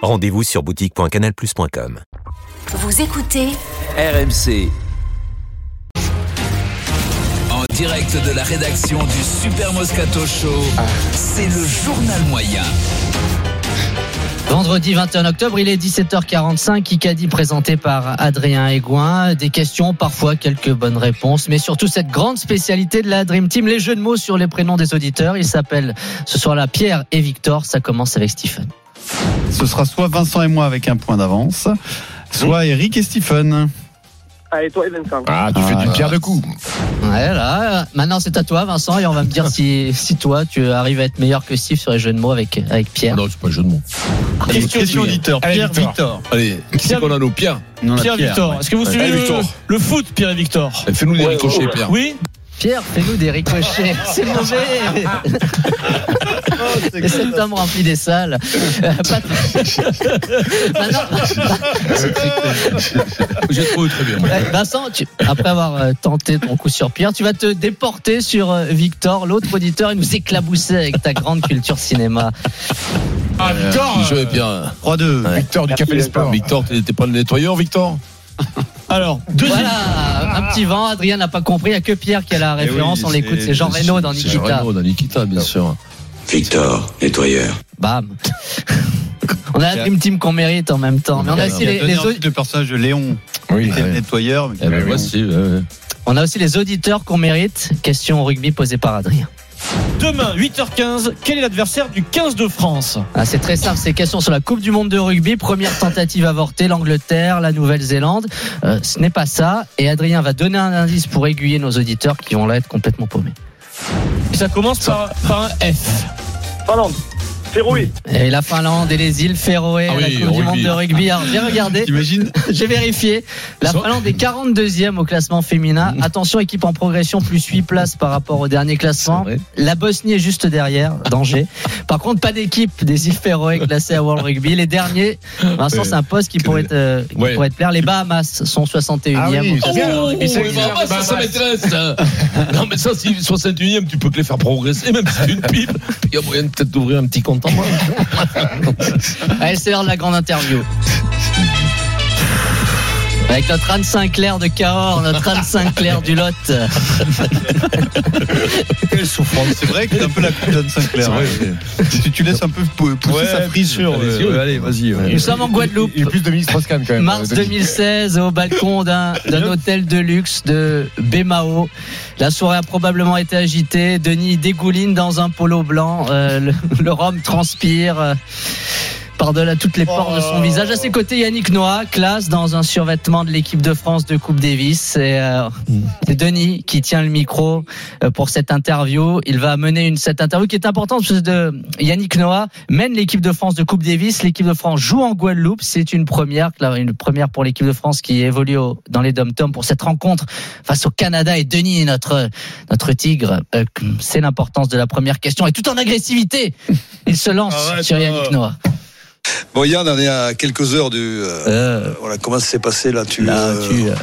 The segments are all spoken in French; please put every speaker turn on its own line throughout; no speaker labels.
Rendez-vous sur boutique.canalplus.com.
Vous écoutez
RMC. En direct de la rédaction du Super Moscato Show, c'est le journal moyen.
Vendredi 21 octobre, il est 17h45, Kikadi présenté par Adrien Aigouin. Des questions, parfois quelques bonnes réponses, mais surtout cette grande spécialité de la Dream Team, les jeux de mots sur les prénoms des auditeurs. Ils s'appellent ce soir-là Pierre et Victor, ça commence avec Stephen.
Ce sera soit Vincent et moi avec un point d'avance, soit Eric et Stephen.
Allez, toi et Vincent.
Ah, tu fais d'une pierre deux coups.
Ouais, là, euh, maintenant c'est à toi Vincent, et on va me dire si, si toi tu arrives à être meilleur que Steve sur les jeux de mots avec, avec Pierre.
Non, c'est pas un jeu de mots.
Question,
Question
auditeur,
Allez,
Pierre Victor.
Allez, qui c'est
Pierre-
qu'on a, nous Pierre
Non, la
Pierre, Victor,
ouais.
est-ce que vous
Eh,
suivez le,
Victor.
le foot, Pierre et Victor
Eh, Fais-nous les
Ouais,
ricochets,
ouais, ouais.
Pierre.
Oui
Pierre, fais-nous des ricochets, c'est mauvais Et cet homme rempli des salles. Euh, Patrick- Maintenant-
J'ai trouvé très bien.
Ouais, Vincent, tu- après avoir euh, tenté ton coup sur Pierre, tu vas te déporter sur euh, Victor, l'autre auditeur, et nous éclabousser avec ta grande culture cinéma.
Ah, Victor
Il jouait
euh,
bien.
3-2.
Victor du
Café des Sports.
Victor, tu n'étais pas le nettoyeur, Victor
Alors, deuxième.
Voilà, un petit vent. Adrien n'a pas compris. Il n'y a que Pierre qui a la
Eh
référence.
oui,
on l'écoute.
c'est-
C'est Jean Reno dans
C'est Jean
Nikita.
Reno, dans Nikita, bien sûr.
Victor, nettoyeur.
Bam. on a la Dream Team qu'on mérite en même temps. Mais on a aussi
Il a
les,
donné
les
un
au-
titre de personnage de Léon,
Oui,
qui était le nettoyeur. mais qui
Eh ben,
avait-
voici. ouais, ouais.
on a aussi les auditeurs qu'on mérite. Question au rugby posée par Adrien.
Demain, 8h15, quel est l'adversaire du 15 de France
Ah, c'est très simple. C'est question sur la Coupe du Monde de rugby. Première tentative avortée. L'Angleterre, la Nouvelle-Zélande. Euh, ce n'est pas ça. Et Adrien va donner un indice pour aiguiller nos auditeurs qui vont là être complètement paumés.
Et ça commence par, par un F.
Ah.
Finlande. Féroé.
Et la Finlande et les îles Féroé,
Ah oui,
la Coupe du
rugby.
Monde de rugby. Alors, bien regardé.
T'imagines
J'ai vérifié. La
Ils sont-
Finlande est 42e au classement féminin. Attention, équipe en progression, plus 8 places par rapport au dernier classement.
C'est vrai.
La Bosnie est juste derrière, danger. Par contre, pas d'équipe des îles Féroé classées à World Rugby. Les derniers, Vincent,
Ouais.
c'est un poste qui pourrait, être, euh, qui
Ouais. Ah
pourrait te plaire. Les Bahamas sont 61e.
Oh, mais ça, ça, ça m'intéresse. ça. Non, mais ça, si 61 e tu peux que les faire progresser, même si c'est une pipe. Il y a moyen de peut-être d'ouvrir un petit compte en moi.
Allez, Ah, c'est l'heure de la grande interview. Avec notre Anne Sinclair de Cahors, notre Anne Sinclair du Lot.
Quelle souffrance.
C'est vrai que t'es un peu la coupe d'Anne Sinclair. hein. Si tu laisses un peu pou- pousser sa frise.
Allez-y, ouais, allez, vas-y. ouais.
Nous sommes en Guadeloupe.
Il y a plus de Dominique Strauss-Kahn quand même.
Euh,
Mars 2016, au balcon d'un d'un hôtel de luxe de Bémao. La soirée a probablement été agitée. Denis dégouline dans un polo blanc. Euh, le, le rhum transpire. euh, Par-delà toutes les pores de son
Oh.
visage. À ses côtés, Yannick Noah, classe dans un survêtement de l'équipe de France de Coupe Davis. Et, euh,
Hmm.
c'est Denis qui tient le micro euh, pour cette interview. Il va mener une, cette interview qui est importante parce que de- Yannick Noah mène l'équipe de France de Coupe Davis. L'équipe de France joue en Guadeloupe. C'est une première, là, une première pour l'équipe de France qui évolue au- dans les dom-tom pour cette rencontre face au Canada. Et Denis est notre, notre tigre. Euh, C'est l'importance de la première question. Et tout en agressivité, il se lance
Arrête,
sur Yannick Noah.
Bon, Yann, on est à quelques heures du. euh,
Euh,
voilà, comment s'est passé là, tu,
là,
euh,
tu, euh,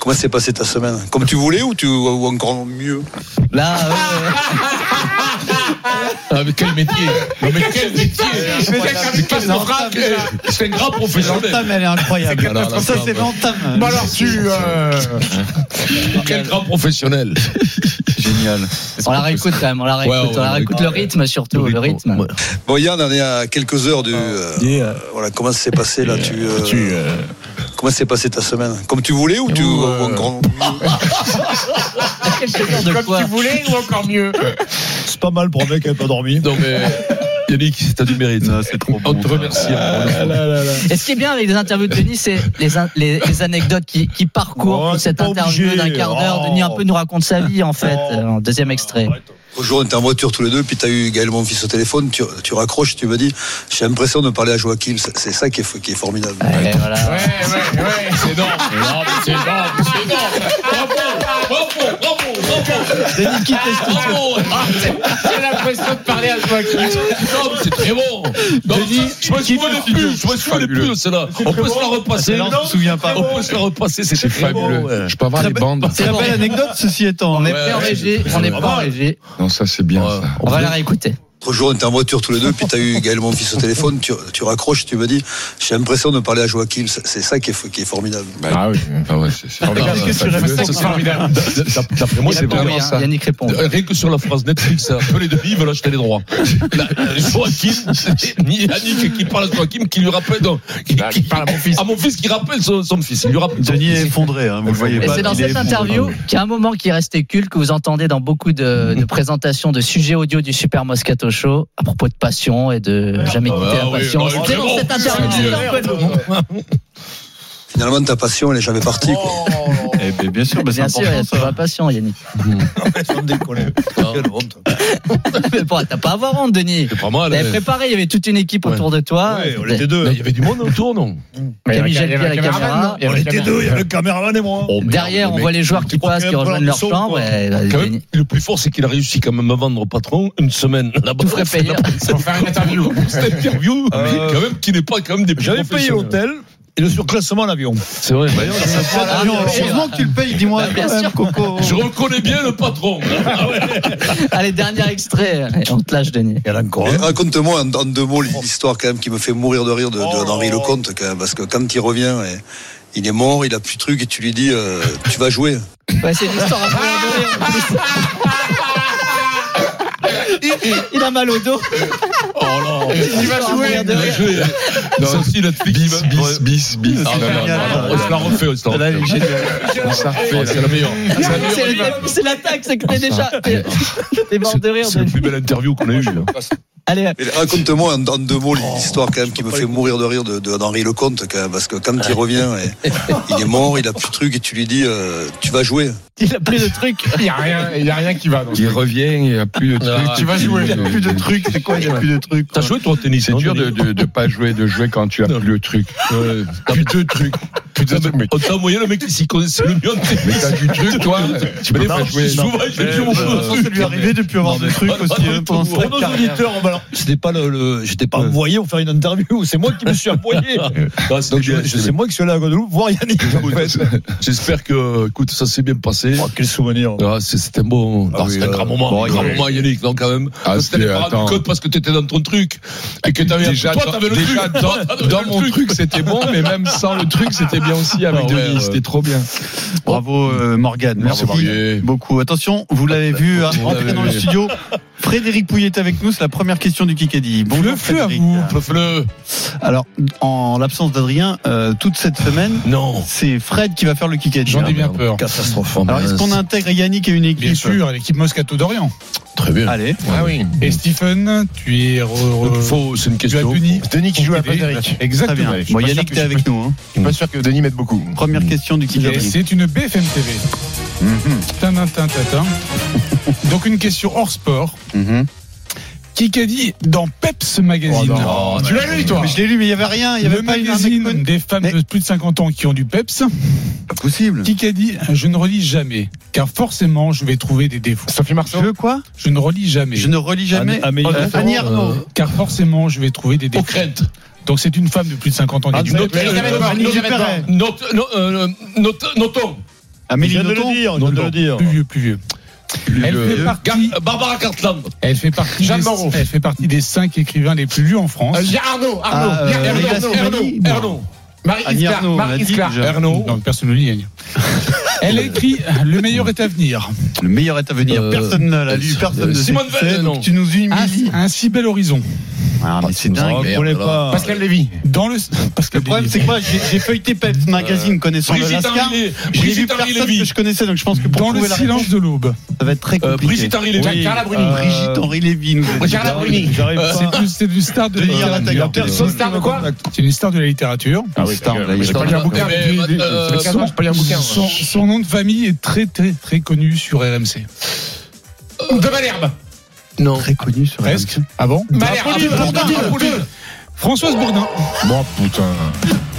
Comment s'est passée ta semaine Comme tu voulais ou, tu, ou encore mieux
là, euh,
Ah, mais quel métier Non, mais quel métier Mais quel naufrage, eh, C'est un grand professionnel
L'entame, elle est incroyable.
C'est catastrophique.
Ça, c'est l'entame.
alors tu.
euh,
Quel grand professionnel
Génial.
on la réécoute quand même, on la réécoute,
Ouais, ouais,
on la
ouais,
réécoute
ouais.
le rythme surtout, le rythme.
Ouais.
Bon, Yann, on est à quelques heures du. euh, voilà, comment s'est passé là, tu. euh,
Ah. Tu, euh,
Comment s'est passée ta semaine Comme tu voulais ou, tu,
Ou,
ou
euh,
encore mieux
Quelque chose de quoi
voulais ou encore mieux
C'est pas mal pour un mec qui a pas dormi.
Non, mais Yannick, t'as du mérite.
Non, c'est trop
On
bon,
te
ça. Ah,
remercie.
Et ce qui est bien avec les interviews de Denis, c'est les, in- les- les anecdotes qui, qui parcourent
Oh,
toute cette
t'es pas
interview
obligé.
d'un quart d'heure.
Oh.
Denis un peu nous raconte sa vie, en fait,
Oh.
euh, en deuxième extrait.
Aujourd'hui, on était en voiture tous les deux, puis tu as eu Gaël Monfils au téléphone, tu, tu raccroches, tu me dis J'ai l'impression de parler à Joachim. C'est c'est ça qui est, qui est formidable.
Eh
Ouais, voilà.
Eh Ouais, ouais, ouais.
C'est énorme.
Denis quitte les studios.
Bravo
Ah, J'ai l'impression de parler à Joachim.
Non, mais c'est très bon. Non,
Denis,
je me souviens des plus, je me souviens des plus, celle-là. On peut se la repasser.
Celle-là, on
Non,
se souvient pas.
On peut se la repasser, c'était
Fabuleux. Je peux avoir
Très
les
belle-
bandes.
Très
bon.
belle anecdote, ceci étant.
On
Mais
n'est pas en
ouais,
régie,
c'est
on n'est
pas
pas en
mal.
régie.
Non, ça c'est bien ça.
On va la réécouter.
L'autre jour, on était en voiture tous les deux, puis t'as eu Gaël Monfils au téléphone, tu, tu raccroches, tu me dis, j'ai l'impression de parler à Joachim, c'est c'est ça qui est, f- qui est formidable.
Bah.
Ah oui, ah ouais, c'est c'est formidable.
qu'est-ce que je
Fabuleux.
reste
Ça,
avec
c'est
moi
formidable.
D'après moi,
Il a
c'est
tombé,
vraiment
hein,
ça.
Yannick répond.
Euh,
Rien que sur la phrase Netflix, un peu les deux, ils veulent acheter les droits. Là, Joachim, c'est ni Yannick qui parle à Joachim, qui lui rappelle, donc, qui,
Bah, il parle à mon fils.
à mon fils, qui rappelle son, son fils. Il lui rappelle son
Denis
fils.
est effondré, hein, vous le voyez
Et
pas.
c'est dans
il est
cette
effondré.
interview qu'il y a un moment qui est resté culte, que vous entendez dans beaucoup de, de présentations de sujets audio du Super Moscato Show, à propos de passion et de jamais
Ah bah
quitter la
oui,
passion.
bah oui,
C'était dans
vraiment,
cette
c'est
interview.
dur.
Finalement, ta passion, elle est jamais partie. quoi.
Eh ben, bien sûr, bah, c'est
Bien sûr, il y a
important
toujours
ça.
la passion, Yannick. Mais bon, t'as pas à avoir honte, Denis.
C'est pas mal.
T'avais
hein.
préparé, il y avait toute une équipe
Ouais.
autour de toi.
Ouais, on
C'était-
était deux.
Là, Il y avait du monde autour,
Mais il
non
y a
Camille
le- il y a
Jalpier à la
le
caméra.
caméraman, non Il y a
On
le
était deux, il y avait
caméraman.
le caméraman et moi.
Oh, merde,
Derrière,
le
on
mec.
voit les joueurs qui
tu crois
passent,
qu'il
qui
y a un
rejoignent
problème
leur
de son,
chambre.
quoi.
et, bah,
Quand même,
Denis.
le plus fort, c'est qu'il a réussi quand même à vendre patron une semaine là-bas.
Tout frais payé.
Pour faire une interview.
Cette interview,
Euh,
Ah, quand même, qui n'est pas quand même des plus
J'avais payé
professionnels.
l'hôtel et le surclassement à l'avion.
C'est vrai.
Ah,
Attention,
bien sûr.
Heureusement que tu le payes, dis-moi.
Bah, bien
quand même,
sûr.
Coco.
Je reconnais bien le patron. Ah ouais.
Allez, dernier extrait. Et On te lâche, Denis.
Il y en a encore
Et
un.
Eh, Raconte-moi en, en deux mots l'histoire quand même qui me fait mourir de rire de, de- d'Henri Lecomte, quand même, parce que quand il revient, et- il est mort, il a plus de trucs et tu lui dis, euh, tu vas jouer.
Ouais, c'est l'histoire à Il a mal au dos.
Oh non.
Il va jouer.
Bien joué. Ça aussi, Netflix.
Bis, bis, bis, bis.
Ah, non, non, non, On se la refait, on se la
Là, il est
refait.
génial.
On s'en refait,
Oh,
là.
C'est la meilleure. C'est la meilleure.
C'est la- C'est l'attaque, c'est que t'es déjà.
Ah,
T'es t'es mort de rire.
C'est la
Denis.
plus belle interview qu'on a eue. là.
Allez,
Mais Raconte-moi en, en deux mots l'histoire quand même qui me fait mourir de rire de, de- d'Henri Lecomte, quand même, parce que quand il revient, et- il est mort, il a plus de trucs et tu lui dis, euh, tu vas jouer.
il a plus de trucs.
Il n'y a rien, il y a rien qui va. donc.
Il revient, il n'y a plus de
trucs.
Tu vas
Il y a plus de trucs, c'est quoi Il n'y a plus de trucs.
T'as joué toi au tennis, c'est
C'est dur
dur
de, de, de pas jouer, de jouer quand tu as
Non.
plus le truc. Plus de truc. Plus de truc. Mais,
On t'a envoyé le mec qui s'y connaissait le mieux en
mais
tennis.
t'as du truc, toi. Tu peux pas jouer.
Souvent, je
Mais,
joue mon
euh,
truc.
Ça lui est arrivé de plus avoir
Non,
de
mais-
trucs aussi hein, pendant sa
Pour nos
carrière.
auditeurs, on balance. C'était pas le, le- j'étais pas envoyé pour faire une interview. C'est moi qui me suis envoyé.
Non, c'était
Donc
bien,
je, je-
c'était
c'est moi qui suis allé à Guadeloupe voir Yannick. en
Écoute,
fait.
J'espère que, écoute, ça s'est bien passé.
Oh, quel souvenir.
Ah, c'est- c'était un bon,
Ah oui,
c'était un
euh,
grand moment,
bon,
un grand
il-
moment Yannick, non quand même.
Ah,
Parce que
c'était-
t'avais pas
attends.
rendu compte parce que t'étais dans ton truc et que t'avais
Déjà,
toi
dans-
t'avais le
déjà,
truc.
dans-
Toi, t'avais
Dans
le
mon truc, c'était bon, mais même sans le truc, c'était bien aussi avec
Ah ouais,
Denis.
ouais.
C'était trop bien.
Bravo euh, Morgane, merci
Bravo, Morgane.
beaucoup. Attention, vous l'avez vu, hein, rentrer dans le studio. Frédéric Pouillet est avec nous, c'est la première question du Kikadi. Bonjour Frédéric.
Fleu.
Alors, en l'absence d'Adrien, euh, toute cette semaine,
Non.
c'est Fred qui va faire le Kikadi.
J'en ai bien peur.
Catastrophe.
Alors, est-ce qu'on intègre Yannick à une équipe
Bien sûr, l'équipe Moscato d'Orient.
Très bien.
Allez,
Ah oui.
Et Stephen, tu es. re- re-
Faux, c'est une
tu as
question.
Denis.
Denis qui joue à la
Pour
place
t'aider.
d'Eric.
très
Exactement.
bien.
Je suis
Bon,
pas
Yannick,
sûr que-
t'es avec nous. hein.
Je suis pas sûr que Denis mette beaucoup.
Première question du
Et
Kikadi.
C'est une BFM TV.
Mhm,
Tin, tin, tin, tin, tin. Donc une question hors sport.
mhm.
Qui qu'a dit dans Peps Magazine
non,
Tu l'as lu toi
Mais Je l'ai lu, mais il n'y avait rien, il n'y
Le
avait pas une
magazine
anecdote.
des femmes
Mais-
de plus de 50 ans qui ont du Peps.
Pas possible.
Qui qu'a dit Je ne relis jamais, car forcément je vais trouver des défauts.
Sophie Marceau.
Je quoi
Je ne relis jamais,
Je ne relis jamais.
Anne- Amélie
Euh,
Lefort,
Annie Arnaud.
car forcément je vais trouver des défauts.
Aux craintes.
Donc c'est une femme de plus de 50 ans qui a du
Not-
Peps.
euh,
Borne,
Not-
Ah, Elisabeth Borne.
Not- Not- euh, Not- Noton.
Amélie
Je viens de le
Nothomb.
dire,
Non,
je viens de
non.
le dire. Plus vieux, plus vieux. Elle fait
Gar-
partie,
Barbara Cartland.
elle fait partie,
Jeanne
des,
Moreau.
elle fait partie des cinq écrivains les plus lus en France.
Euh, Gérard Arnaud.
Ah, euh,
Arnaud. Pierre
Léa
Arnaud.
Slimani.
Arnaud.
Non.
Arnaud. Marie
Annie
Isclar.
Arnaud, on l'a
Marie
dit
Isclar.
déjà.
Arnaud.
Non, personne ne le lit. Yannick. Elle écrit Le meilleur est à venir.
Le meilleur est à venir.
Euh,
personne ne l'a lu, personne ne sait
Simone
qui c'est,
Veil,
donc
non.
Tu nous
Un,
humilies.
un si bel horizon.
Ah, mais c'est dingue.
Merde,
connaît
là.
pas.
Pascal Lévy.
Dans le. Parce
Le Euh, problème, c'est que moi, j'ai j'ai feuilleté Peps Magazine connaissant le
Brigitte
Lascar.
Henry
J'ai vu
Brigitte Henry
personne que
Lévy.
je connaissais, donc je pense que pour
Dans le
trouver la réponse,
silence de l'aube.
ça va être très
Euh,
compliqué.
Brigitte Henry Lévy.
Oui,
Carla Bruni.
euh, Brigitte Henri Lévy nous a dit.
Gérard Bruni.
J'arrive
pas.
C'est du- C'est du star de la
Denis Arata, il y a
littérature.
personne.
Son star de quoi
C'est une star de la littérature.
Ah oui,
Star, là,
mais
il
j'ai
est
pas lu un
pas-
bouquin.
Mais,
depuis- depuis-
euh,
depuis quatre ans, j'ai pas lu un bouquin. hein.
Son, son nom de famille est très très très connu sur RMC.
De Malherbe.
Non.
Très connu sur la
Presque. Ah bon
Malherbe.
Apolline,
Apolline,
Apolline.
Apolline.
Françoise Bourdin.
Bon, putain.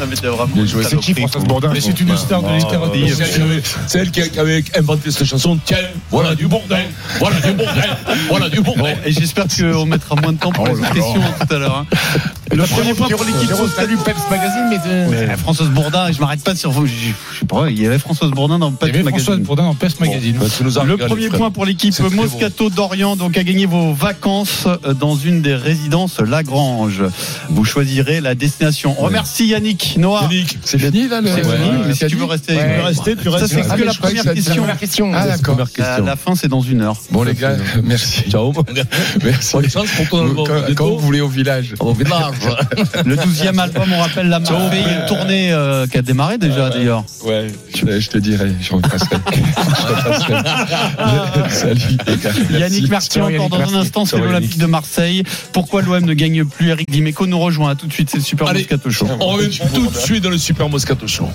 Ah,
C'est qui Françoise Bourdin
Mais c'est une star
Ah,
de littérature.
bah,
C'est elle qui a- qui avait inventé cette chanson. Tiens, voilà du bordel. Voilà du bordel. Voilà du bordel.
Et j'espère qu'on mettra moins de temps pour les autres questions tout à l'heure. hein. Le premier point pour l'équipe
Jérôme, salut Peps Magazine, mais. euh,
Ouais, Françoise Bourdin, et je m'arrête pas sur. Je, je sais pas, il y avait Françoise Bourdin dans
Il y
Pet
avait François
Magazine.
Bourdin dans Pest Magazine.
Bah, tu nous as
Le
régalé,
premier
Fred.
point pour l'équipe
C'est très beau.
Moscato d'Orient, donc à gagner vos vacances euh, dans une des résidences Lagrange. Vous choisirez la destination. On remercie Yannick, Noah.
Yannick,
C'est fini là le.
C'est
Ouais,
fini,
ouais,
mais
c'est
si
dit.
tu veux rester, tu
Ouais.
peux rester, tu restes.
Ça, c'est
Ah,
que
mais
la
je croyais que
première
c'est la
question.
première
Ah, d'accord.
Première
La,
question.
la fin, c'est dans une heure.
Bon, les gars, merci.
Ciao. Merci. Bonne chance pour ton
Quand,
album.
quand vous voulez au village.
Au village.
Le 12e album, on rappelle la merveilleuse tournée euh, qui a démarré déjà d'ailleurs.
Ouais, je, je te dirai, je repasserai. je repasserai. Salut les gars.
Yannick, merci
Ciao,
encore
Yannick,
dans
merci.
un instant, c'est
Ciao,
l'Olympique de Marseille. Pourquoi l'OM ne gagne plus Eric Dimeco nous rejoint à tout de suite, c'est le Super
Allez.
Moscato Show.
On revient tout de suite dans le Super Moscato Show.